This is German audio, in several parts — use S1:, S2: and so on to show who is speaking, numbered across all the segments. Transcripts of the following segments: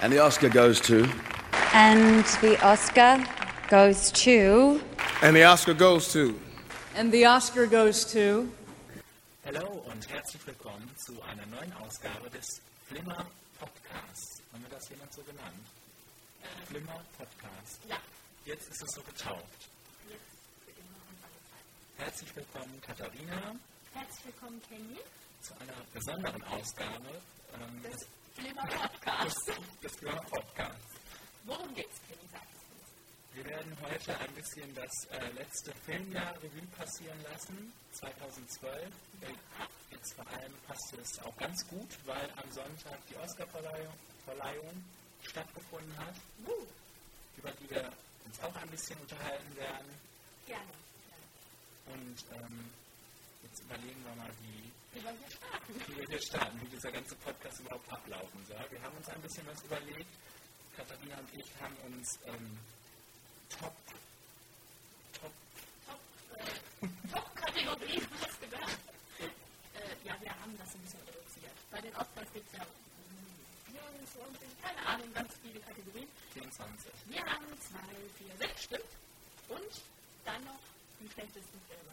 S1: And the Oscar goes to.
S2: And the Oscar goes to.
S3: And the Oscar goes to.
S4: And the Oscar goes to.
S5: Hallo und herzlich willkommen zu einer neuen Ausgabe des Flimmer Podcasts. Haben wir das jemand so genannt? Flimmer Podcast. Ja. Jetzt ist es so getauft. Herzlich willkommen, Katharina,
S6: Herzlich willkommen, Kenny.
S5: zu einer besonderen Ausgabe ähm, des
S6: Schlimmer Podcast.
S5: des Flimmer Podcasts.
S6: Worum geht's, Kenny? Sag es uns.
S5: Wir werden heute ein bisschen das äh, letzte Filmjahr Revue passieren lassen, 2012. Äh, jetzt vor allem passt es auch ganz gut, weil am Sonntag die Oscarverleihung Verleihung stattgefunden hat,
S6: Uh,
S5: über die wir uns auch ein bisschen unterhalten werden.
S6: gerne.
S5: Und ähm, jetzt überlegen wir mal, wie,
S6: Wir wollen hier starten.
S5: wie wir hier starten, wie dieser ganze Podcast überhaupt ablaufen soll. Wir haben uns ein bisschen was überlegt. Katharina und ich haben uns ähm, Top, Top
S6: Top-Kategorie, hast du gedacht? äh, ja, wir haben das ein bisschen reduziert. Bei den Oscars gibt es ja mm, 24, keine Ahnung, ganz viele Kategorien.
S5: 24.
S6: Wir haben zwei, vier, sechs Stück und dann noch die schlechtesten Filme.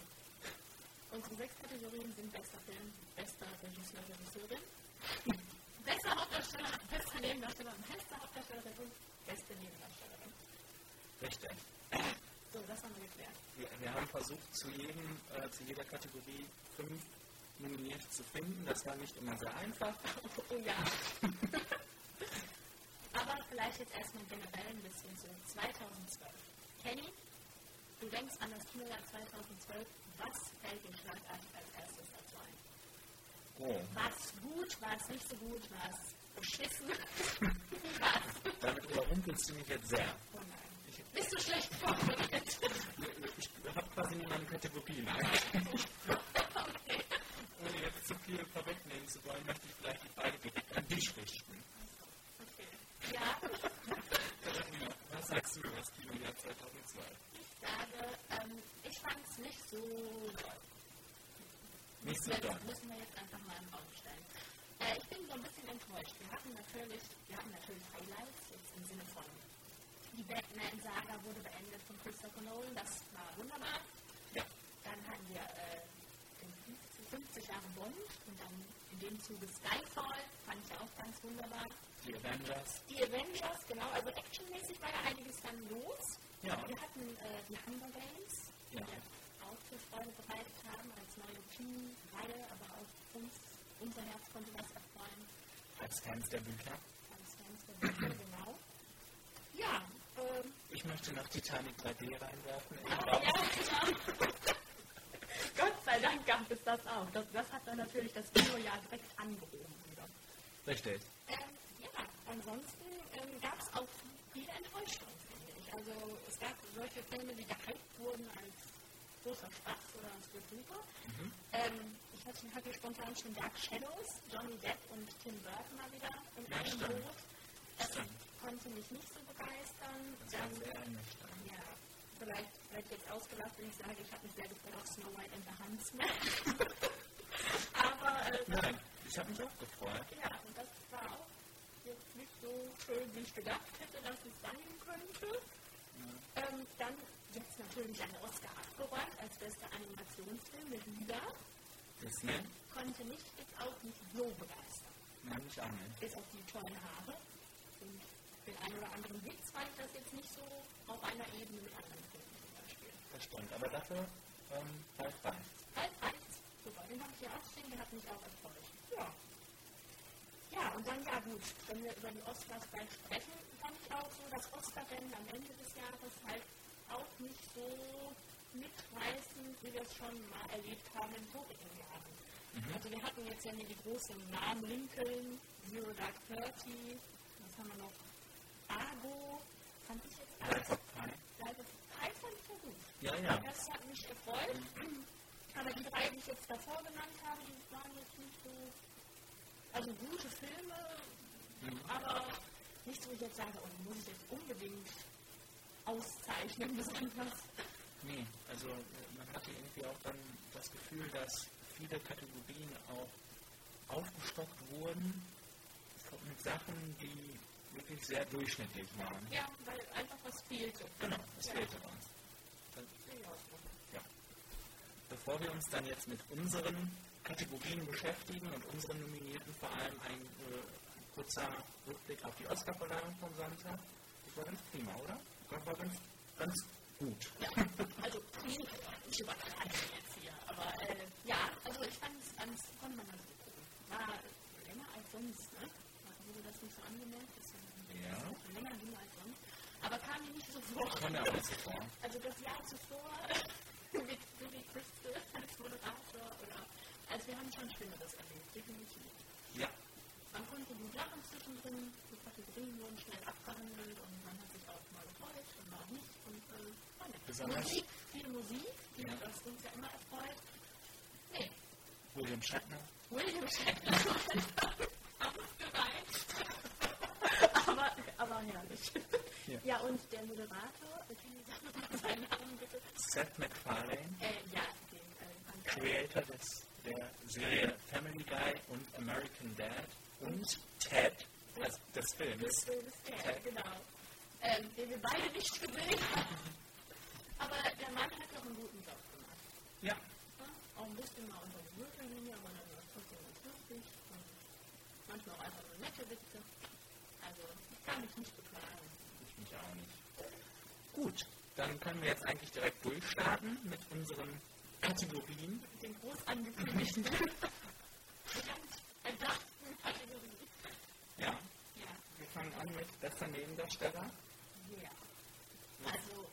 S6: Unsere sechs Kategorien sind bester Film, bester Regisseur, Regisseurin, bester Hauptdarsteller, bester Nebendarsteller, bester Hauptdarstellerin und beste Nebendarstellerin.
S5: Richtig.
S6: So, das haben wir geklärt.
S5: Wir, wir haben versucht, zu, jedem, äh, zu jeder Kategorie fünf nominiert zu finden. Das war nicht immer sehr einfach.
S6: Oh ja. Aber vielleicht jetzt erstmal generell ein bisschen zu 2012. Kenny, du denkst an das Kinojahr 2012. Was fällt dir schlagartig als erstes dazu ein?
S5: Oh,
S6: War es gut, war es nicht so gut, war es beschissen? Was?
S5: damit überrumpelst du mich jetzt sehr.
S6: Oh nein. Bist du schlecht vorbereitet?
S5: Ich habe quasi nur meine Kategorien. Ohne jetzt zu viel vorwegnehmen zu wollen, möchte ich vielleicht die Frage direkt an dich richten.
S6: Ja,
S5: Katharina, was sagst du über das Kinojahr 2012?
S6: ich sage, ähm, ich fand es nicht so doll.
S5: Nicht so doll.
S6: Das müssen wir jetzt einfach mal im Raum stellen. Äh, ich bin so ein bisschen enttäuscht. Wir hatten natürlich, wir hatten natürlich Highlights jetzt im Sinne von die Batman-Saga wurde beendet von Christopher Nolan. Das war wunderbar.
S5: Ja.
S6: Dann hatten wir äh, den 50, 50 Jahre Bond und dann in dem Zuge Skyfall. Fand ich auch ganz wunderbar.
S5: Die Avengers?
S6: Die Avengers, genau. Also actionmäßig war ja einiges dann los.
S5: Ja.
S6: Wir hatten äh, die Hunger Games, die
S5: Ja.
S6: auch viel Freude bereitet haben als neue Teamreihe, aber auch uns, unser Herz konnte das erfreuen.
S5: Als Fans der Bücher?
S6: Als Fans der Bücher, genau. Ja, ähm,
S5: Ich möchte noch Titanic 3D reinwerfen.
S6: Gott sei Dank gab es das auch. Das, das hat dann natürlich das Kinojahr direkt angehoben wieder.
S5: Richtig.
S6: Ähm, ja, ansonsten ähm, gab es auch viele Enttäuschungen, finde ich. Also es gab solche Filme, die gehypt wurden als großer Spaß oder als wird super. Ähm, ich hatte, hatte spontan schon Dark Shadows, Johnny Depp und Tim Burton mal wieder im
S5: Ja, stimmt.
S6: Angebot. Das
S5: Stimmt.
S6: konnte mich nicht so begeistern.
S5: Das war
S6: Dann-
S5: sehr ernüchternd.
S6: ja, vielleicht werde ich jetzt ausgelacht, wenn ich sage, ich habe mich sehr gefreut auf Snow White and the Huntsman. Aber äh,
S5: Nein, ich habe mich auch gefreut.
S6: ja, und das war auch jetzt nicht so schön, wie ich gedacht hätte, dass es sein könnte. Ähm, dann jetzt natürlich ein Oscar abgeräumt als bester Animationsfilm mit Lida.
S5: Disney?
S6: Konnte mich jetzt auch nicht so begeistern.
S5: Nein, ich auch nicht.
S6: Bis auf die tollen Haare und den einen oder anderen Witz fand ich das jetzt nicht so auf einer Ebene mit anderen Filmen zum Beispiel.
S5: Das stimmt. Aber dafür, ähm, bald bald.
S6: Halb eins. Super, den habe ich hier auch stehen, der hat mich auch enttäuscht. Ja. Ja, und dann, ja gut, wenn wir über die Oscars gleich sprechen, fand ich auch so, dass Oscar-Rennen am Ende des Jahres halt auch nicht so mitreißend, wie wir es schon mal erlebt haben in vorigen Jahren. Also wir hatten jetzt ja hier die großen Namen Lincoln, Zero Dark Thirty, was haben wir noch? Argo, fand ich jetzt alles. Also, Preis fand ich ja gut.
S5: Ja, ja.
S6: Das hat mich erfreut. Aber die drei, die ich jetzt davor genannt habe, die waren jetzt nicht so. Also gute Filme, aber nicht so, wie ich jetzt sage, oh, die muss ich jetzt unbedingt auszeichnen, besonders.
S5: Nee, also äh, man hatte irgendwie auch dann das Gefühl, dass viele Kategorien auch aufgestockt wurden von- mit Sachen, die wirklich sehr durchschnittlich waren.
S6: Ja, weil einfach was fehlte.
S5: Genau, das fehlte uns. Dann- Ja. Bevor wir uns dann jetzt mit unseren Kategorien beschäftigen und unseren Nominierten vor allem ein äh, kurzer Rückblick auf die Oscar-Verleihung vom Sonntag. Das war ganz prima, oder? Das war ganz, ganz gut.
S6: Also prima, ich übertreibe jetzt hier. Aber äh, ja, also ich fand es ganz, konnte man ganz gut gucken. War länger als sonst, ne? Wurde das nicht so angemerkt? Das war länger ging als sonst. Aber kam mir nicht so vor.
S5: Von der Oscar.
S6: Also das Jahr zuvor mit Billy Crystal als Moderator oder also wir haben schon Schlimmeres erlebt, definitiv.
S5: Ja.
S6: Man konnte gut lachen zwischendrin, die Kategorien wurden schnell abgehandelt und man hat sich auch mal gefreut und mal auch nicht. Und, äh, war nett.
S5: Besonders-
S6: Musik, viel Musik, die
S5: Ja.
S6: das uns ja immer erfreut. Nee,
S5: William Shatner.
S6: William Shatner aber, aber herrlich.
S5: Ja.
S6: Ja. und der Moderator, äh, kann ich sagen, nochmal seinen Namen bitte?
S5: Seth MacFarlane,
S6: Äh, ja, den äh, Anker.
S5: Creator des, der Serie Family Guy und American Dad und Ted, also des Films.
S6: Ted, genau. Ähm, den wir beide nicht gesehen haben. Aber der Mann hat doch einen guten Job gemacht.
S5: Ja.
S6: Ne? Auch ein bisschen mal unter die Gürtellinie, aber dann war es trotzdem ganz lustig. Und manchmal auch einfach so nette Witze. Also, ich kann mich nicht beklagen.
S5: Ich mich auch nicht. Gut, dann können wir jetzt eigentlich direkt durchstarten mit unseren Kategorien.
S6: Mit den groß angekündigten, ganz erdachten Kategorien.
S5: Ja.
S6: Ja,
S5: Wir fangen an mit bester Nebendarsteller.
S6: ja. Also,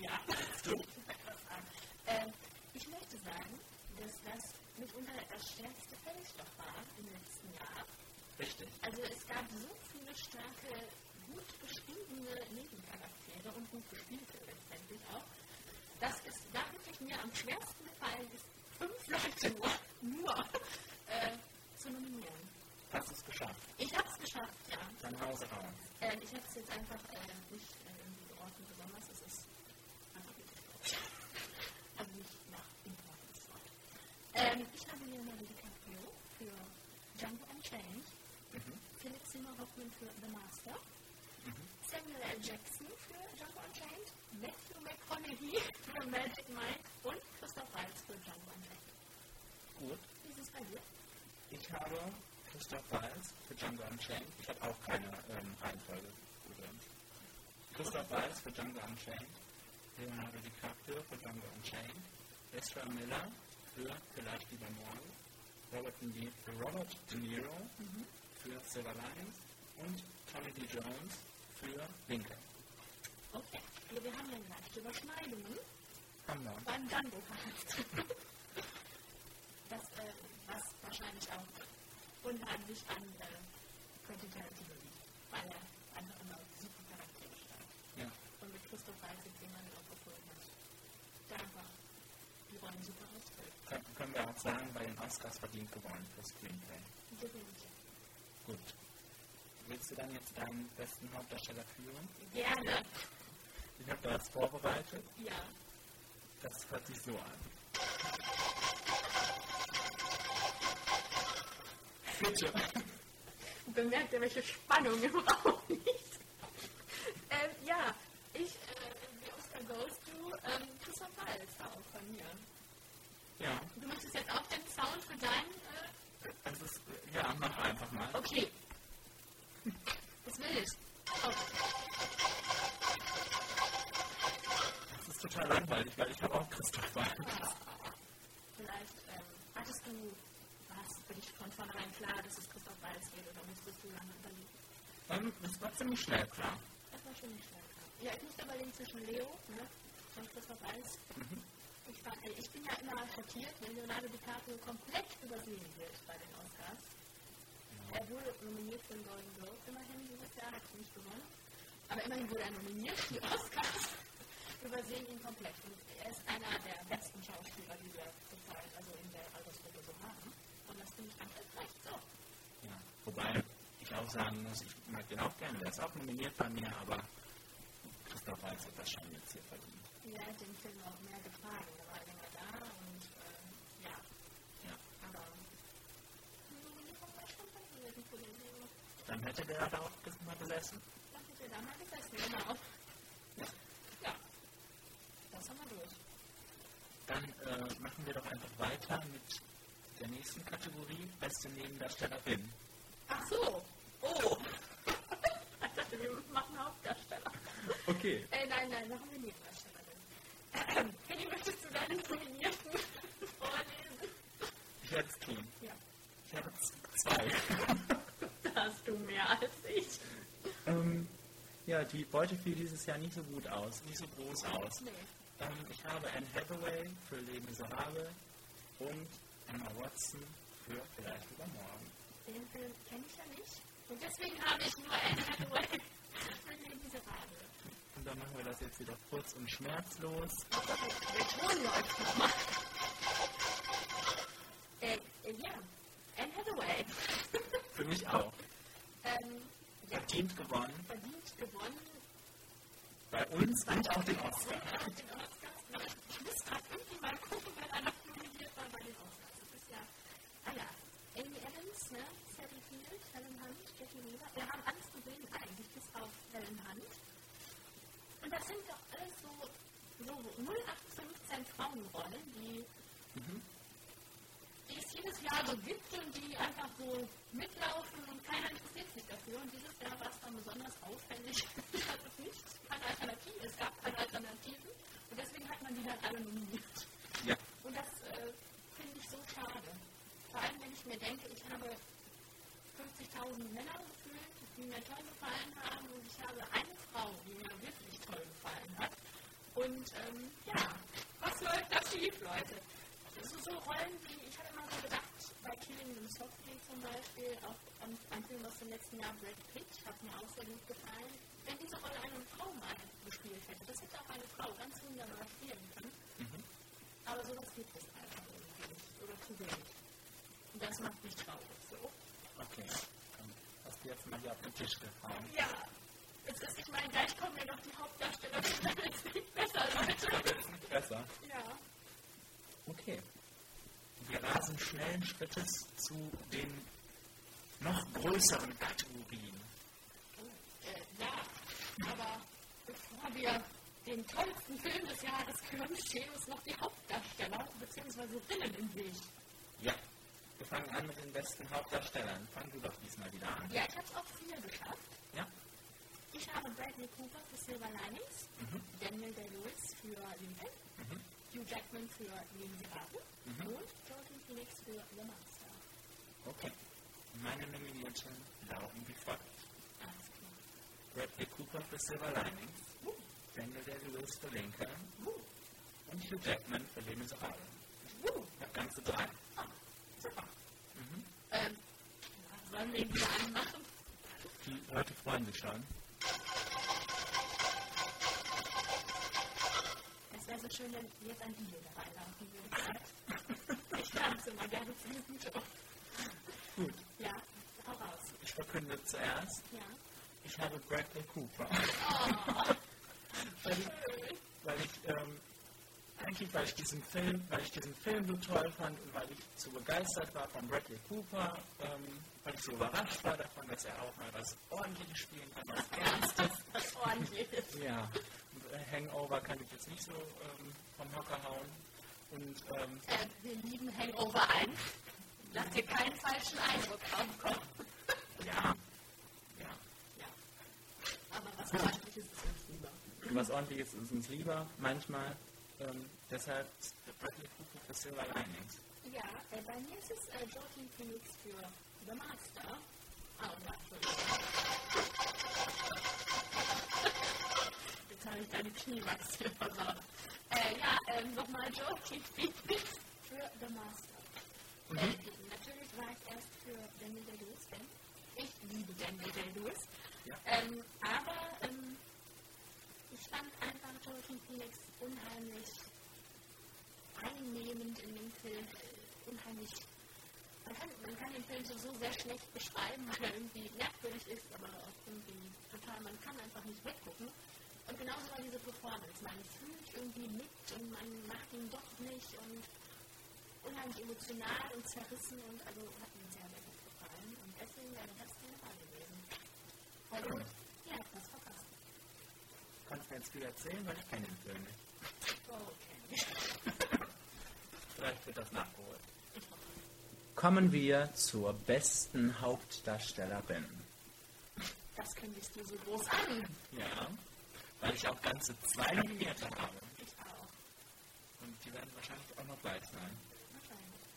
S6: ja, das tut etwas an. Ähm, ich möchte sagen, dass das mitunter das schwerste Feld doch war im letzten Jahr.
S5: Richtig.
S6: Also es gab so viele starke, gut geschriebene Nebencharaktere und gut gespielte letztendlich auch, dass es da wirklich mir am schwersten gefallen ist, fünf Leute nur, nur äh, zu nominieren.
S5: Hast es geschafft.
S6: Ich habe es geschafft, ja.
S5: Dann Hause raus.
S6: Ähm, ich habe es jetzt einfach äh, nicht äh, irgendwie geordnet, besonders es ist einfach wirklich- also nicht nach Importance. Ähm, ich habe Leonardo DiCaprio für Django Unchained, Philipp Seymour Hoffman für The Master, Samuel L. Jackson für Django Unchained, Matthew McConaughey für Magic Mike und Christoph Waltz für Django Unchained.
S5: Gut.
S6: Wie ist es bei dir?
S5: Ich habe Christoph Waltz für Django Unchained. Ich habe auch keine ähm, Reihenfolge gewählt. Christoph Waltz für Django Unchained. Leonardo DiCaprio für Django Unchained. Ezra Miller für Vielleicht lieber morgen. Robert De, Ni- Robert De Niro für Silver Lines. Und Tommy Lee Jones für Lincoln.
S6: Okay, also wir haben ja leichte Überschneidungen.
S5: Haben wir.
S6: beim Dango verhaftet. Das, äh, was wahrscheinlich auch unheimlich an äh, Quentin Tarantino liegt, weil er einfach immer super Charaktere schreibt.
S5: Ja.
S6: Und mit Christoph Waltz jetzt jemanden auch gefunden hat, der einfach die Rollen super ausfüllt.
S5: Können, können wir auch sagen, bei den Oscars verdient gewonnen für Screenplay.
S6: Definitiv.
S5: Gut. Willst du dann jetzt deinen besten Hauptdarsteller führen?
S6: Gerne.
S5: Ich habe da was vorbereitet.
S6: Ja.
S5: Das hört sich so an. Bitte.
S6: Bemerkt ihr, welche Spannung im Raum liegt? ähm, ja, ich, äh, wie Oscar goes to, ähm, Christoph Waltz auch von mir.
S5: Ja,
S6: Du möchtest jetzt auch den Sound für deinen äh,
S5: das ist. Ja, mach einfach mal.
S6: Okay. Das will ich. Oh,
S5: Das ist total langweilig, weil ich habe auch Christopher.
S6: vielleicht ähm, hattest du, was für dich von vornherein klar, dass es Christoph Waltz wird oder musstest du lange überlegen?
S5: Ähm, Das war ziemlich schnell klar.
S6: Das war schon nicht schwer. Ja, ich musste überlegen zwischen Leo ne, und Christoph Waltz. Ich, war, äh, ich bin ja immer schockiert, wenn Leonardo DiCaprio komplett übersehen wird bei den Oscars. Er wurde nominiert für den Golden Globe, immerhin dieses Jahr, hat nicht gewonnen. Aber immerhin wurde er nominiert für die Oscars. Übersehen ihn komplett. Und er ist einer der besten Schauspieler, die wir zurzeit also in der Altersgruppe so haben. Und das finde ich einfach recht so.
S5: Ja. Wobei ich auch sagen muss, ich mag den auch gerne. Der ist auch nominiert bei mir, aber Christoph Weiß hat das schon jetzt hier verdient.
S6: Ja, den Film auch mehr getragen. Er war länger da und äh, ja,
S5: Ja.
S6: aber die Nominierung war schon von jedem Kollegen.
S5: Dann hätte der aber auch mal gefressen.
S6: Macht ihr da mal gefressen, genau. Ja, das haben wir durch.
S5: Dann äh, machen wir doch einfach weiter mit der nächsten Kategorie, beste Nebendarstellerin.
S6: Ach so. Oh. ich dachte, wir machen Hauptdarsteller.
S5: Okay.
S6: Äh, nein, nein, machen wir Nebendarstellerin. Henny, möchtest du deine Nominierten vorlesen?
S5: Ich werde es tun.
S6: Ja.
S5: Ich habe z- zwei.
S6: Da hast du mehr als ich.
S5: ähm, ja, die Beute fiel dieses Jahr nicht so gut aus, nicht so groß aus. Ähm, ich habe Anne Hathaway für Les Miserables und Emma Watson für Vielleicht übermorgen.
S6: Den Film kenne ich ja nicht. Und deswegen habe ich nur Anne Hathaway für diese Frage.
S5: Und dann machen wir das jetzt wieder kurz und schmerzlos.
S6: Äh, äh, ja, Anne Hathaway.
S5: Für mich auch.
S6: ähm, ja,
S5: Verdient gewonnen.
S6: verdient gewonnen.
S5: Bei uns und auch den Oscar.
S6: Ich muss gerade irgendwie mal gucken, wer da noch nominiert war bei den Oscars. Das ist ja, ah ja, Amy Adams, ne? Sally Field, Helen Hunt, Jackie Weaver. Wir haben alles gesehen eigentlich, bis auf Helen Hunt. Und das sind doch alles so, so 0815 Frauenrollen, die die es jedes Jahr so gibt und die einfach so mitlaufen und keiner interessiert sich dafür. Und dieses Jahr war es dann besonders auffällig, dass es nicht keine Alternative, es gab keine Alternativen und deswegen hat man die dann alle nominiert.
S5: Ja.
S6: Und das äh, finde ich so schade. Vor allem, wenn ich mir denke, ich habe 50.000 Männer gefühlt, die mir toll gefallen haben und ich habe eine Frau, die mir wirklich toll gefallen hat. Und ähm, ja, was läuft da schief, Leute? So, so Rollen, die ich habe immer so gedacht, bei Killing in Softly zum Beispiel, auch am, am Film aus dem letzten Jahr, Brad Pitt, hat mir auch sehr gut gefallen. Wenn diese Rolle eine Frau mal gespielt hätte, das hätte auch eine Frau ganz wunderbar spielen können. Aber sowas gibt es einfach irgendwie nicht oder zu wenig. Und das macht mich traurig. So.
S5: Okay. Dann hast du jetzt mal hier auf den Tisch gefahren.
S6: Ja, es ist, ich meine, gleich kommen mir noch die Hauptdarsteller, das nicht besser, Leute.
S5: Besser.
S6: Ja.
S5: Okay. Wir rasen schnellen Schrittes zu den noch größeren Kategorien.
S6: Äh, ja, aber bevor wir den tollsten Film des Jahres küren, stehen uns noch die Hauptdarsteller bzw. Rinnen im Weg.
S5: Ja. Wir fangen an mit den besten Hauptdarstellern. Fang du doch diesmal wieder an.
S6: Ja, ich habe es auch viel geschafft.
S5: Ja.
S6: Ich habe Bradley Cooper für Silver Linings, Daniel Day-Lewis für Lincoln, Hugh Jackman für Les Miserables und Joaquin Phoenix für The Master.
S5: Okay. Meine Nominierten lauten wie folgt.
S6: Alles klar.
S5: Bradley Cooper für Silver Linings, Daniel Day-Lewis für Lincoln und Hugh Jackman für Les Miserables. Ich habe ganze drei.
S6: Ähm, sollen wir ihn wieder anmachen?
S5: Die Leute freuen sich schon.
S6: Es wäre so schön, wenn jetzt ein Video dabei laufen würde. Ich kann es immer gerne für gut auf.
S5: Gut.
S6: Ja, hau raus.
S5: Ich verkünde zuerst,
S6: Ja.
S5: ich habe Bradley Cooper. weil ich, weil ich ähm, eigentlich weil ich diesen Film, weil ich diesen Film so toll fand und weil ich so begeistert war von Bradley Cooper, ähm, weil ich so überrascht war davon, dass er auch mal was ordentliches spielen kann, was Ernstes.
S6: Ordentlich.
S5: Ja. Und, äh, Hangover kann ich jetzt nicht so ähm, vom Hocker hauen. Und ähm,
S6: Äh, wir lieben Hangover ein. Lass dir keinen falschen Eindruck aufkommen.
S5: ja, ja.
S6: Ja. Aber was ordentliches ist uns lieber.
S5: was ordentliches ist uns lieber, manchmal. Ähm, deshalb Bradley Cooper für Silver Linings.
S6: Ja, äh, bei mir ist es äh, Joaquin Phoenix für The Master. Ah, und Entschuldigung. Jetzt habe ich deine Kniewachs hier versaut. Äh, ja, ähm, nochmal Joaquin Phoenix für The Master. Äh, natürlich war ich erst für Daniel Day-Lewis Fan. Ich liebe Daniel Day-Lewis.
S5: Ja.
S6: Ähm, aber ähm, ich fand einfach Joaquin Phoenix unheimlich einnehmend in dem Film, äh, unheimlich. Man kann, man kann den Film so, so sehr schlecht beschreiben, weil er irgendwie merkwürdig ist, aber auch irgendwie total, man kann einfach nicht weggucken. Und genauso war diese Performance. Man fühlt irgendwie mit und man macht ihn doch nicht und unheimlich emotional und zerrissen und also hat mir sehr, sehr gut gefallen. Und deswegen wäre das meine Wahl gewesen. Hollywood Ja, das verpasst.
S5: Kannst du mir jetzt wieder erzählen, weil ich kenne den Film nicht. Vielleicht wird das nachgeholt. Kommen wir zur besten Hauptdarstellerin.
S6: Das kündigst du so groß an.
S5: Ja, weil ich auch ganze zwei nominierte habe. Und die werden wahrscheinlich auch noch bald sein.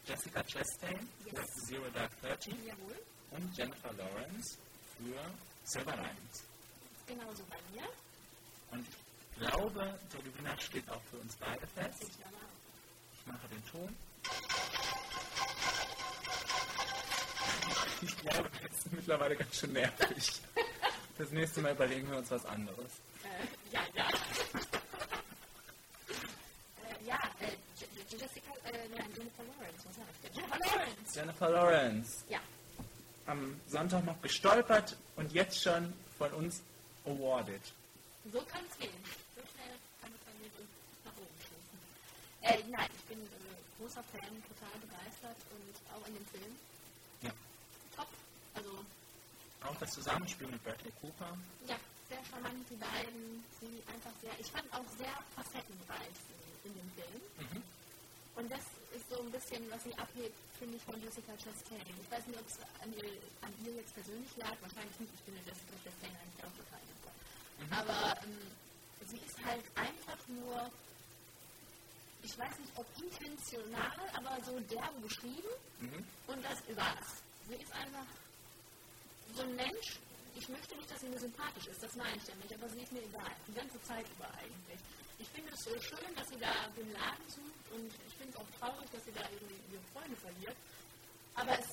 S5: Jessica Chastain für Zero Dark Thirty
S6: Jawohl,
S5: und Jennifer Lawrence für Silver Linings.
S6: genauso bei mir.
S5: Und ich glaube, der Gewinner steht auch für uns beide fest. Ich mache den Ton. Ich glaube, das ist mittlerweile ganz schön nervig. Das nächste Mal überlegen wir uns was anderes.
S6: Äh, ja, äh, J- J- Jessica, äh, nein, Jennifer Lawrence, was sag ich? Jennifer Lawrence!
S5: Jennifer Lawrence,
S6: Ja,
S5: am Sonntag noch gestolpert und jetzt schon von uns awarded.
S6: so kann es gehen. So schnell kann es dann mit uns nach oben schießen. Äh, nein, ich bin äh, großer Fan, total begeistert und auch in dem Film.
S5: Ja.
S6: Top. Also,
S5: Auch das Zusammenspiel mit Bradley Cooper.
S6: ja, sehr charmant, die beiden, die einfach sehr, ich fand auch sehr facettenreich in, in dem Film. Und das ist so ein bisschen, was sie abhebt, finde ich, von Jessica Chastain. Ich weiß nicht, ob es an, ihr- an ihr jetzt persönlich lag, wahrscheinlich nicht, ich finde Jessica Chastain eigentlich auch total super. Aber ähm, sie ist halt einfach nur, ich weiß nicht, ob intentional, aber so derb geschrieben und das war's. Sie ist einfach so ein Mensch, ich möchte nicht, dass sie mir sympathisch ist, das meine ich damit, aber sie ist mir egal, die ganze Zeit über eigentlich. Ich finde es so schön, dass sie da den Laden sucht und ich finde es auch traurig, dass sie da irgendwie ihre Freunde verliert. Aber es,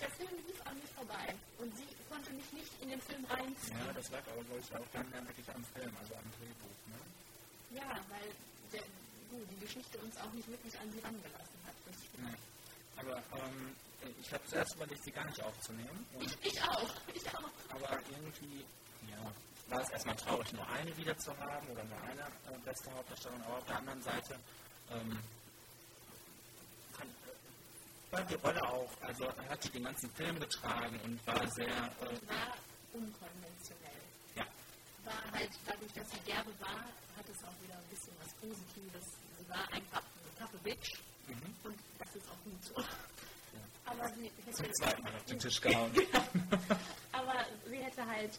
S6: der Film lief an mir vorbei und sie konnte mich nicht in den Film reinziehen.
S5: Ja, das lag aber, glaube ich, auch dann wirklich am Film, also am Drehbuch. Ne?
S6: Ja, weil der, du, die Geschichte uns auch nicht wirklich an sie angelassen hat. Das stimmt.
S5: Nee. Aber ähm, ich habe zuerst überlegt, sie gar nicht aufzunehmen. Und,
S6: Ich auch, ich auch.
S5: aber irgendwie ja, war es erstmal traurig, nur eine wieder zu haben oder nur eine äh, beste Hauptdarstellerin. Aber auf der anderen Seite ähm, kann, äh, war die Rolle auch, also er hat den ganzen Film getragen und war sehr, äh,
S6: War unkonventionell.
S5: ja,
S6: war halt dadurch, dass sie derbe war, hat es auch wieder ein bisschen was Positives. Sie war einfach eine taffe Bitch und das ist auch gut so. Aber, sie hätte,
S5: zweimal auf den Tisch gehauen.
S6: aber sie hätte halt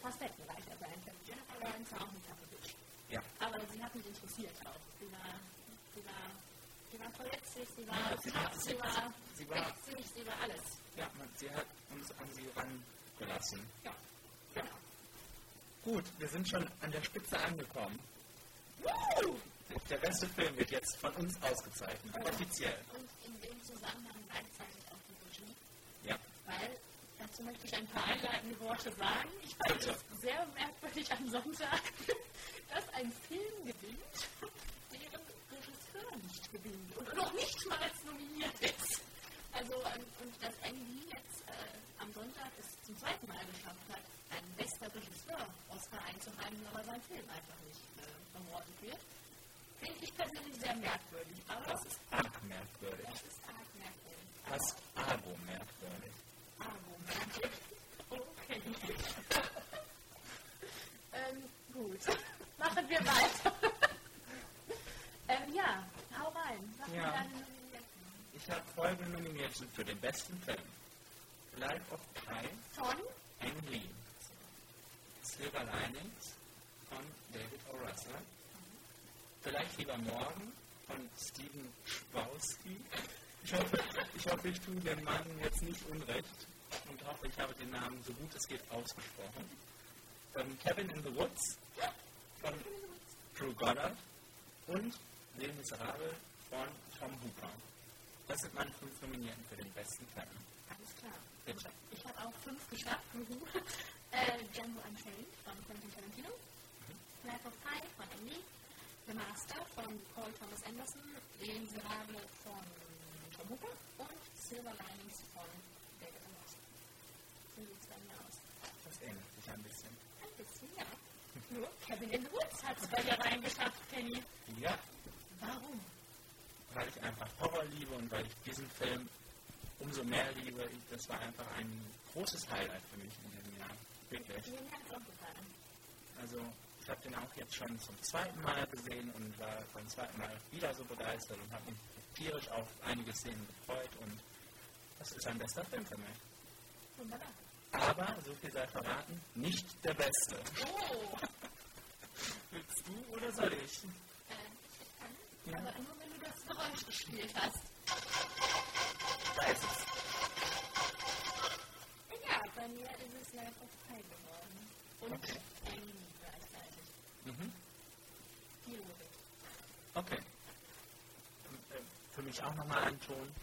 S6: facettenreicher sein können. Jennifer Lawrence war auch eine taffe Bitch.
S5: ja.
S6: Aber sie hat mich interessiert auch. Sie war, sie war, sie war verletzlich, sie war,
S5: Ja, sie war-
S6: tough, sie war,
S5: sie war-
S6: witzig, sie war alles.
S5: Ja, man, sie hat uns an sie rangelassen.
S6: Ja, genau.
S5: Gut, wir sind schon an der Spitze angekommen. Der beste Film wird jetzt von uns ausgezeichnet, offiziell.
S6: Und in dem Zusammenhang gleichzeitig auch die Regie.
S5: Ja.
S6: weil dazu möchte ich ein paar einleitende Worte sagen. Ich fand es sehr merkwürdig am Sonntag, dass ein Film gewinnt, deren Regisseur nicht gewinnt und noch nicht mal als nominiert ist. Also, ähm, und dass Andy jetzt äh, am Sonntag es zum zweiten Mal geschafft hat, einen bester Regisseur Oscar einzuheimsen, aber sein Film einfach nicht äh, awarded wird, finde ich persönlich sehr merkwürdig. Aber das ist,
S5: Arg merkwürdig.
S6: das ist arg merkwürdig.
S5: Fast argo merkwürdig.
S6: Okay. ähm, gut. Machen wir weiter. ähm, ja, hau rein. Mach
S5: Ja.
S6: mal deine Nominierten.
S5: Ich habe folgende Nominierten für den besten Film. Life of Pi,
S6: Von?
S5: Ang Lee. Silver Linings von David O. Russell. Vielleicht lieber morgen von Steven Schwowski. Ich hoffe, ich hoffe, ich tue dem Mann jetzt nicht unrecht und hoffe, ich habe den Namen so gut es geht ausgesprochen. Von Kevin in the Woods von Drew Goddard und Les Miserables von Tom Hooper. Das sind meine fünf Nominierten für den besten Film.
S6: Alles klar.
S5: Bitte.
S6: Ich habe auch fünf geschafft. Mhm. äh, Django Unchained von Quentin Tarantino. Life of Pi von Emily. The Master von Paul Thomas Anderson. Les Miserables von Tom Hooper. Und Silver Linings von David O. Russell. So sieht es bei mir aus.
S5: Das ändert sich ein bisschen.
S6: Ein bisschen, ja. Nur Kevin in the Woods hat es bei dir reingeschafft, Kenny.
S5: Ja,
S6: Warum?
S5: weil ich einfach Horror liebe und weil ich diesen Film umso mehr liebe. Ich, das war einfach ein großes Highlight für mich in diesem Jahr. Wirklich. Also ich habe den auch jetzt schon zum zweiten Mal gesehen und war beim zweiten Mal wieder so begeistert und habe mich tierisch auf einige Szenen gefreut und das ist ein bester Film für mich. Aber, so viel sei verraten, nicht der beste. Willst du oder soll ich? Da ist es.
S6: Ja, bei mir ist es leider auch frei geworden. Und eng gleichzeitig.
S5: Mhm.
S6: Die Logik.
S5: Okay. Ähm, Für mich auch nochmal einen Ton.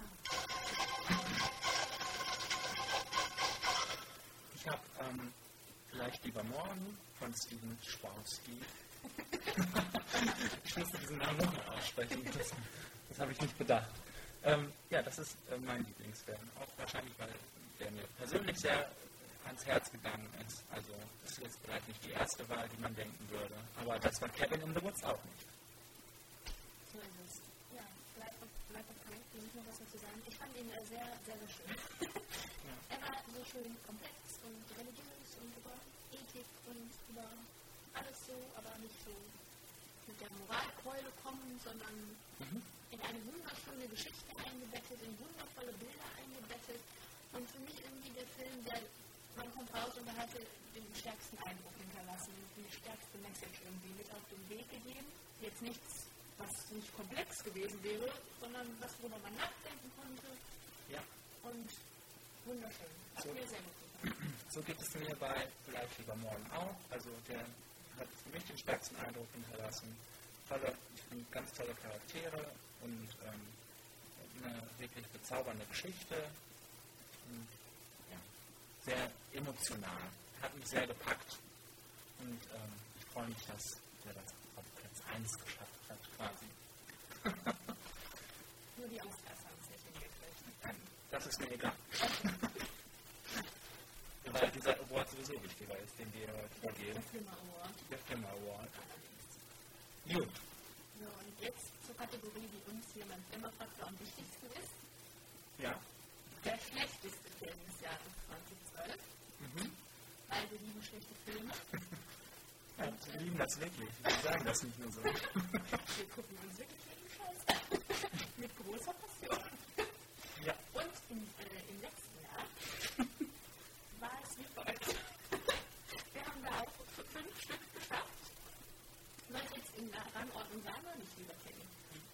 S5: Ich habe ähm, vielleicht lieber morgen von Steven Schwarzki. ich musste diesen Namen nochmal aussprechen. Das, das habe ich nicht bedacht. Ähm, ja, das ist äh, mein Lieblingsfilm. Auch wahrscheinlich, weil der mir persönlich sehr ans Herz gegangen ist. Also das ist jetzt vielleicht nicht die erste Wahl, die man denken würde. Aber das war Kevin in the Woods auch nicht.
S6: So ist es. Ja, bleibt auf, bleibt auf Krank, nicht nur was dazu sagen. Ich fand ihn äh, sehr, sehr, sehr schön. er war so schön komplex und religiös und über Ethik und über alles so, aber nicht so mit der Moralkeule kommen, sondern in eine wunderschöne Geschichte eingebettet, in wundervolle Bilder eingebettet. Und für mich irgendwie der Film, der man kommt raus und er hatte den stärksten Eindruck hinterlassen, die stärkste Message irgendwie mit auf den Weg gegeben. Jetzt nichts, was nicht komplex gewesen wäre, sondern was, worüber man nachdenken konnte
S5: Ja.
S6: und wunderschön. Hat mir sehr gut gefallen.
S5: So geht es mir bei Vielleicht lieber morgen auch. Also der hat für mich den stärksten Eindruck hinterlassen. Tolle, ich finde ganz tolle Charaktere und ähm, eine wirklich bezaubernde Geschichte. Und, ja, sehr emotional. Hat mich sehr gepackt. Und ähm, ich freue mich, dass der das auf Platz 1 geschafft hat quasi.
S6: Nur die Oscars haben es nicht hingekriegt.
S5: Nein, das ist mir egal. Weil dieser Award sowieso wichtiger ist, den wir heute vergeben.
S6: Der Film Award.
S5: Der Film Award. Gut.
S6: So, und jetzt zur Kategorie, die uns hier beim Filmfaktor am wichtigsten ist.
S5: Ja.
S6: Der schlechteste Film des Jahres 2012.
S5: Mhm.
S6: Weil wir lieben schlechte Filme.
S5: ja wir lieben das wirklich. Wir sagen das nicht nur so.
S6: Wir gucken uns wirklich jeden Scheiß an. Mit großer Passion.
S5: Ja.
S6: Und im, äh, im letzten Jahr war es wie folgt. Wir haben da auch fünf Stück geschafft. Was jetzt in der Rangordnung war, noch nicht lieber Kenny.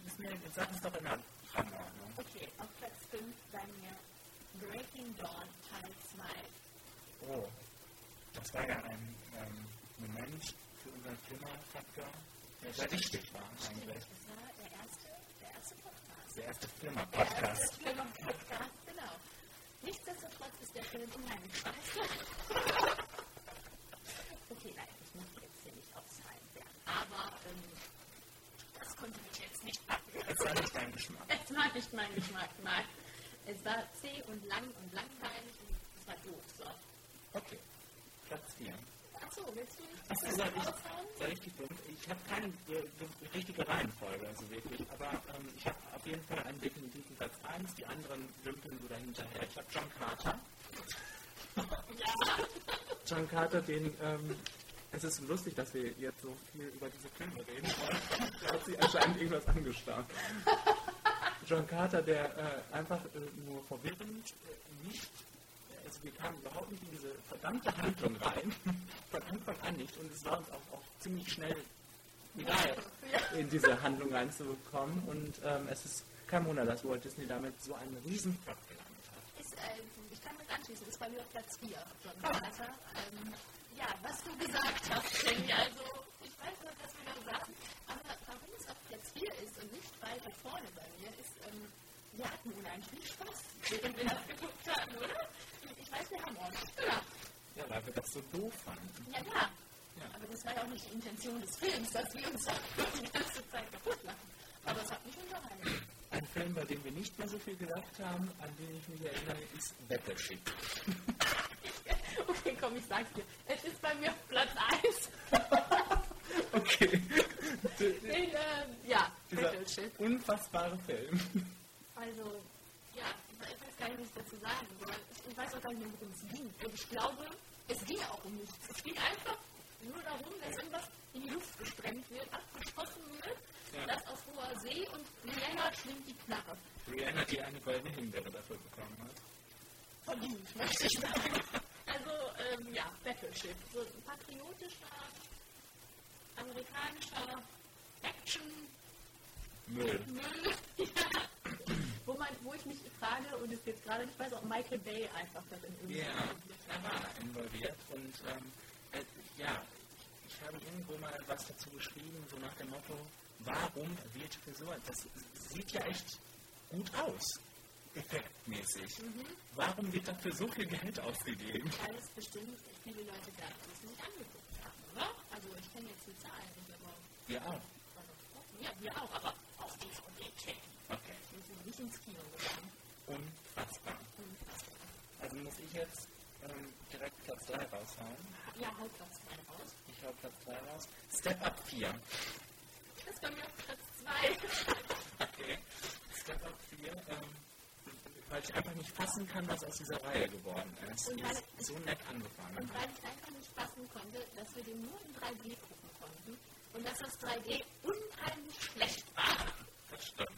S5: Müssen wir- Jetzt sag uns doch in der Rangordnung.
S6: Okay, auf Platz 5 bei mir Breaking Dawn Teil 2.
S5: Oh. Das war ja ein ähm, Moment für unseren Filmfaktor, der sehr wichtig war eigentlich.
S6: Das war der erste, der erste Podcast.
S5: Der erste Firma-Podcast.
S6: Der erste Podcast, genau. Nichtsdestotrotz ist der Film unheimlich scheiße. okay, nein, ich muss jetzt hier nicht ausfallen werden. Aber ähm, das konnte mich jetzt nicht abwehren.
S5: Das war nicht dein Geschmack.
S6: Es war nicht mein Geschmack, nein. Es war zäh und lang und langweilig und es war doof. So.
S5: Okay. Platz 4.
S6: Achso, willst du nicht
S5: Das ist ja richtig, ja richtig dumm. Ich habe keine äh, ge- richtige Reihenfolge, also wirklich. Aber ähm, ich habe auf jeden Fall einen definitiven Platz 1. Die anderen dümpeln so dahinterher. Ich habe John Carter. John Carter, den. Ähm, es ist lustig, dass wir jetzt so viel über diese Filme reden wollen. Da hat sie anscheinend irgendwas angestarrt. John Carter, der äh, einfach äh, nur verwirrend äh, nicht, also wir kamen überhaupt nicht in diese verdammte Handlung rein, von Anfang an nicht, und es war uns auch, auch ziemlich schnell egal, in diese Handlung reinzubekommen. Und ähm, es ist kein Wunder, dass Walt Disney damit so einen riesen Flop gelandet hat.
S6: Ist, ähm, ich kann das anschließen, ist bei mir auf Platz 4 schon weiter. Ähm, ja, was du gesagt hast, Jenny, also ich weiß noch, dass wir da saßen, aber warum es auf Platz 4 ist und nicht weiter vorne bei mir, ist, ähm, wir hatten unheimlich viel Spaß, während wir das geguckt haben, oder? Ich weiß, wir haben uns. Ja,
S5: Ja, weil wir das so doof fanden.
S6: ja, klar. Aber das war ja auch nicht die Intention des Films, dass wir uns die ganze Zeit kaputt machen. Aber es hat mich unterhalten.
S5: Ein Film, bei dem wir nicht mehr so viel gelacht haben, an den ich mich erinnere, ist Battleship.
S6: Okay, komm, ich sag's dir. Es ist bei mir auf Platz 1.
S5: Okay.
S6: Den, äh, ja,
S5: Dieser
S6: Battleship.
S5: unfassbare Film.
S6: Also, ja, Also, ich weiß gar nicht, was ich dazu sagen soll. Ich weiß auch gar nicht, worum es ging. Und ich glaube, es ging auch um nichts. Es ging einfach nur darum, dass irgendwas in die Luft gesprengt wird, abgeschossen wird, das auf hoher See und Rihanna schwingt die Knarre.
S5: Rihanna, die eine goldene Himbeere dafür bekommen hat.
S6: Verdient, möchte ich sagen. Also, ähm, ja, Battleship. So ein patriotischer, amerikanischer Action-
S5: Müll.
S6: wo, man, wo ich mich frage, und es jetzt gerade nicht weiß, ob Michael Bay einfach darin irgendwie.
S5: Ja, er war involviert und ähm, äh, ja, ich habe irgendwo mal was dazu geschrieben, so nach dem Motto, warum wird für so etwas, das sieht ja echt gut aus, effektmäßig. Warum wird dafür so viel Geld ausgegeben?
S6: Weil es bestimmt viele Leute gab, die es nicht angeguckt haben, oder? Also ich kenne jetzt die Zahlen nicht, aber
S5: Ja, auch.
S6: ja, wir auch, aber auf DVD checken.
S5: Okay.
S6: Wir sind nicht ins Kino gegangen.
S5: Unfassbar. Also muss ich jetzt ähm, direkt Platz 3 raushauen.
S6: Ja, haut Platz 2 raus.
S5: Ich hau Platz 3 raus. Step Up 4.
S6: Das ist bei mir auf Platz 2.
S5: Okay. Step Up 4, ähm, weil ich einfach nicht fassen kann, was aus dieser Reihe geworden ist. Die ist so nett angefangen.
S6: Und weil ich einfach nicht fassen konnte, dass wir den nur in 3D gucken konnten und dass das 3D unheimlich schlecht war.
S5: Das stimmt.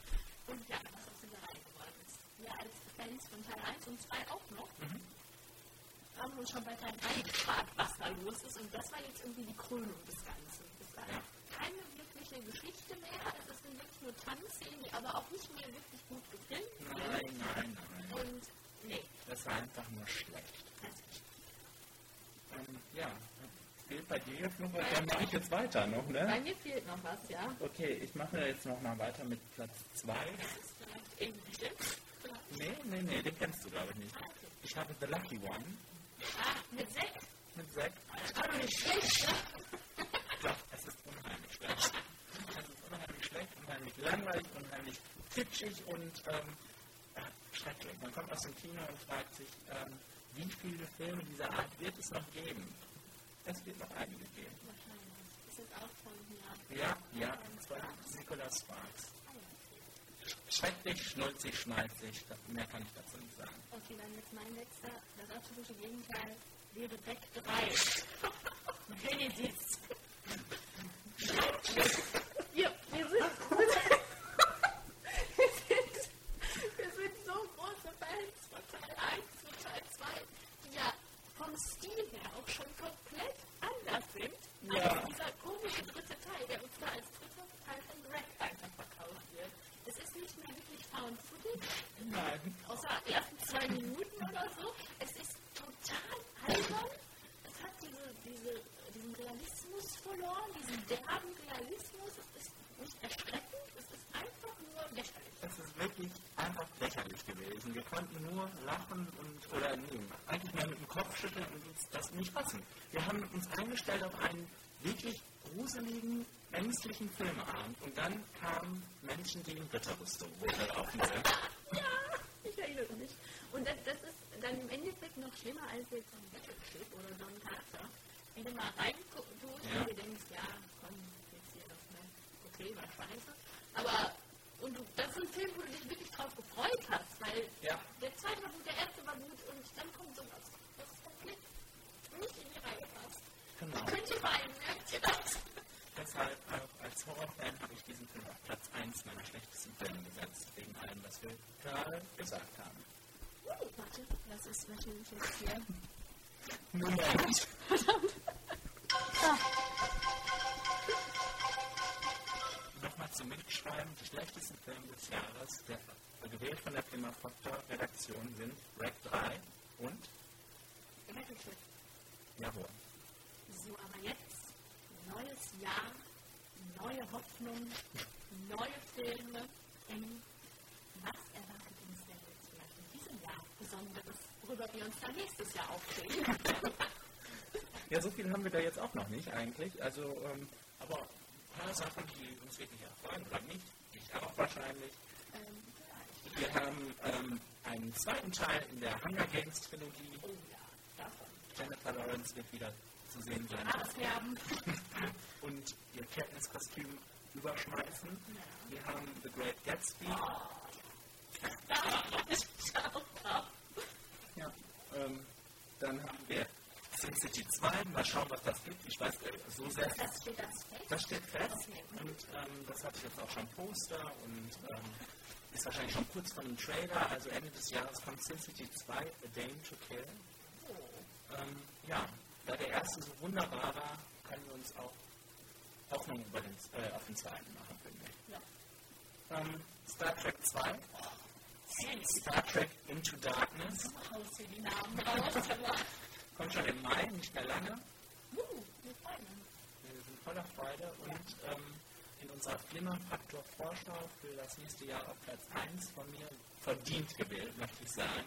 S6: Und ja, was aus dieser Reihe geworden ist. Wir als Fans von Teil 1 und 2 auch noch haben uns schon bei Teil 3 gefragt, was da los ist. Und das war jetzt irgendwie die Krönung des Ganzen. Es war keine wirkliche Geschichte mehr. Es sind wirklich nur Tanzszenen, die aber auch nicht mehr wirklich gut gefilmt
S5: Nein, nein, nein.
S6: sind. Und nee,
S5: Das war einfach nur schlecht. Ähm, ja, fehlt bei dir jetzt noch was? Dann mache ich jetzt weiter noch,
S6: bei
S5: ne?
S6: mir fehlt noch was, ja.
S5: Okay, ich mache jetzt nochmal weiter mit Platz 2.
S6: Das ist vielleicht irgendwie stimmt.
S5: Nee, nee, nee, den kennst du, glaube ich, nicht. Ich habe The Lucky One
S6: Ah, mit 6.
S5: mit Zack.
S6: Das war doch nicht schlecht. ne?
S5: Doch, es ist unheimlich schlecht. Es ist unheimlich schlecht, unheimlich langweilig, unheimlich kitschig und ähm, äh, schrecklich. Man kommt aus dem Kino und fragt sich, ähm, wie viele Filme dieser Art wird es noch geben? Es wird noch einige geben.
S6: Das ist auch von mir.
S5: Ja, ja, und zwar Nicolas Sparks. Schrecklich, schnulzig, schmalzig, das- mehr kann ich dazu nicht sagen.
S6: Okay, dann jetzt mein letzter, das absolute Gegenteil wäre Deck 3. Genesis. ja, wir sind, wir sind, wir sind so große Fans von Teil 1 und Teil 2, die ja vom Stil her auch schon komplett anders sind als dieser komische dritte Teil, der uns da als dritter Teil von Greg einfach verkauft wird. Es ist nicht mehr wirklich Found Footage,
S5: Nein.
S6: außer die ersten zwei Minuten oder so. Es ist total albern. Es hat diese, diese, diesen Realismus verloren, diesen derben Realismus. Es ist nicht erschreckend, es ist einfach nur lächerlich.
S5: Es ist wirklich einfach lächerlich gewesen. Wir konnten nur lachen und oder nee, eigentlich nur mit dem Kopf schütteln und uns das nicht fassen. Wir haben uns eingestellt auf einen wirklich gruseligen, ängstlichen Filmabend und dann kamen Menschen gegen Ritterrüstung. Wurde auch neu.
S6: Ich erinnere mich. Und das, das ist dann im Endeffekt noch schlimmer als jetzt so ein Battleship oder so ein Charakter. Wenn du mal reinguckst
S5: Ja.
S6: und du denkst, ja, komm, jetzt hier noch mal. Okay, war scheiße. Aber, und du, das ist ein Film, wo du dich wirklich drauf gefreut hast, weil
S5: Ja.
S6: der zweite war gut, der erste war gut und dann kommt sowas, was komplett nicht in die Reihe passt.
S5: Genau.
S6: Ich könnte weinen, merkt ihr das?
S5: Deshalb auch als Horrorfan habe ich diesen Film auf Platz 1 meiner schlechtesten Filme gesetzt, wegen allem, was wir gerade gesagt haben.
S6: Uh, warte, das ist natürlich jetzt hier.
S5: Moment. Nochmal zum Mitschreiben, die schlechtesten Filme des Jahres, der, gewählt von der Firma Faktor Redaktion, sind Rack 3 und
S6: Battleship.
S5: Jawohl.
S6: So, aber jetzt neues Jahr, neue Hoffnung, neue Filme. Denn was erwartet uns denn jetzt vielleicht in diesem Jahr Besonderes, worüber wir uns dann nächstes Jahr aufregen?
S5: Ja, so viel haben wir da jetzt auch noch nicht eigentlich. Also, ähm, aber ein paar Sachen, die uns wirklich erfreuen oder nicht, ich auch wahrscheinlich.
S6: ähm, vielleicht.
S5: Wir haben ähm, einen zweiten Teil in der Hunger Games Trilogie.
S6: Oh ja, davon.
S5: Jennifer Lawrence wird wieder zu sehen sein.
S6: Absterben.
S5: und ihr Katniss-Kostüm überschmeißen. Wir haben The Great Gatsby.
S6: Ciao.
S5: Ja. Ähm, dann haben wir Sin City 2. Mal schauen, was das gibt. Ich weiß, äh, so sehr.
S6: Das steht das fest.
S5: Das steht fest. Und ähm, das hatte ich jetzt auch schon Poster und ähm, ist wahrscheinlich schon kurz vor dem Trailer. Also Ende des Jahres kommt Sin City 2, A Dame to Kill. Ähm, ja, da der erste so wunderbar war, können wir uns auch Hoffnung über den, äh, auf den zweiten machen, finde ich. Ähm, Star Trek 2. Star Trek Into Darkness.
S6: Haust du die Namen raus? Aber,
S5: Kommt schon im Mai, nicht mehr lange.
S6: uh, wir freuen uns.
S5: Wir sind voller Freude und ähm, in unserer Flimmerfaktor-Vorschau für das nächste Jahr auf Platz 1 von mir verdient gewählt, möchte ich sagen.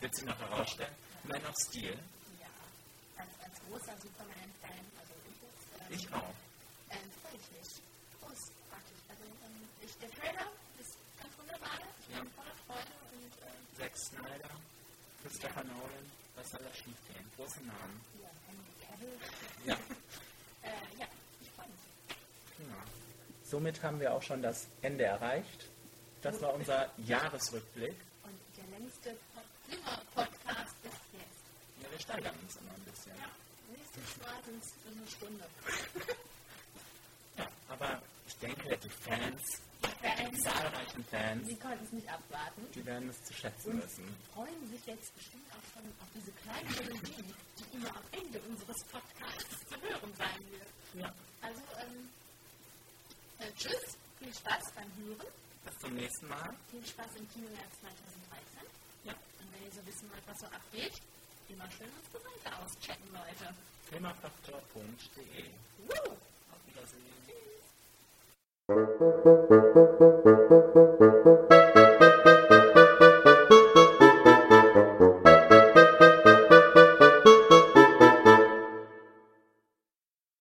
S5: Wird sie noch herausstellen. Man of Steel.
S6: Ja, als, als großer Superman-Fan, also ich jetzt, ähm,
S5: Ich auch.
S6: ähm, freue ich mich. Großartig. Also, ähm, ich, der Trailer ist ganz wunderbar. Ich bin voller Freude und ähm,
S5: Zack Snyder, Christopher Nolan. Was soll da schief gehen? Große Namen.
S6: ja, Henry Cavill.
S5: Ja,
S6: Äh, ja, ich freue mich.
S5: prima. Somit haben wir auch schon das Ende erreicht. Das war unser Jahresrückblick.
S6: Und der längste Pod Flimmer-Podcast ist jetzt.
S5: Ja, wir steigern uns immer ein bisschen.
S6: Ja, nächstes Mal sind es eine Stunde.
S5: Ja, aber ich denke, die Fans, die
S6: Fans,
S5: zahlreichen Fans,
S6: Sie konnten es nicht abwarten.
S5: die werden es zu schätzen wissen.
S6: freuen sich jetzt bestimmt auch schon auf diese kleine Melodie, die immer am Ende unseres Podcasts zu hören sein wird.
S5: Ja.
S6: Also, ähm, äh, tschüss, viel Spaß beim Hören,
S5: Bis zum nächsten Mal.
S6: viel Spaß im Kinojahr 2013.
S5: Ja.
S6: Und wenn ihr so wissen wollt, was so abgeht, immer schön unsere Seite auschecken, Leute.
S5: Filmfaktor.de.
S6: Woo!
S5: Auf Wiedersehen.
S1: Thank you.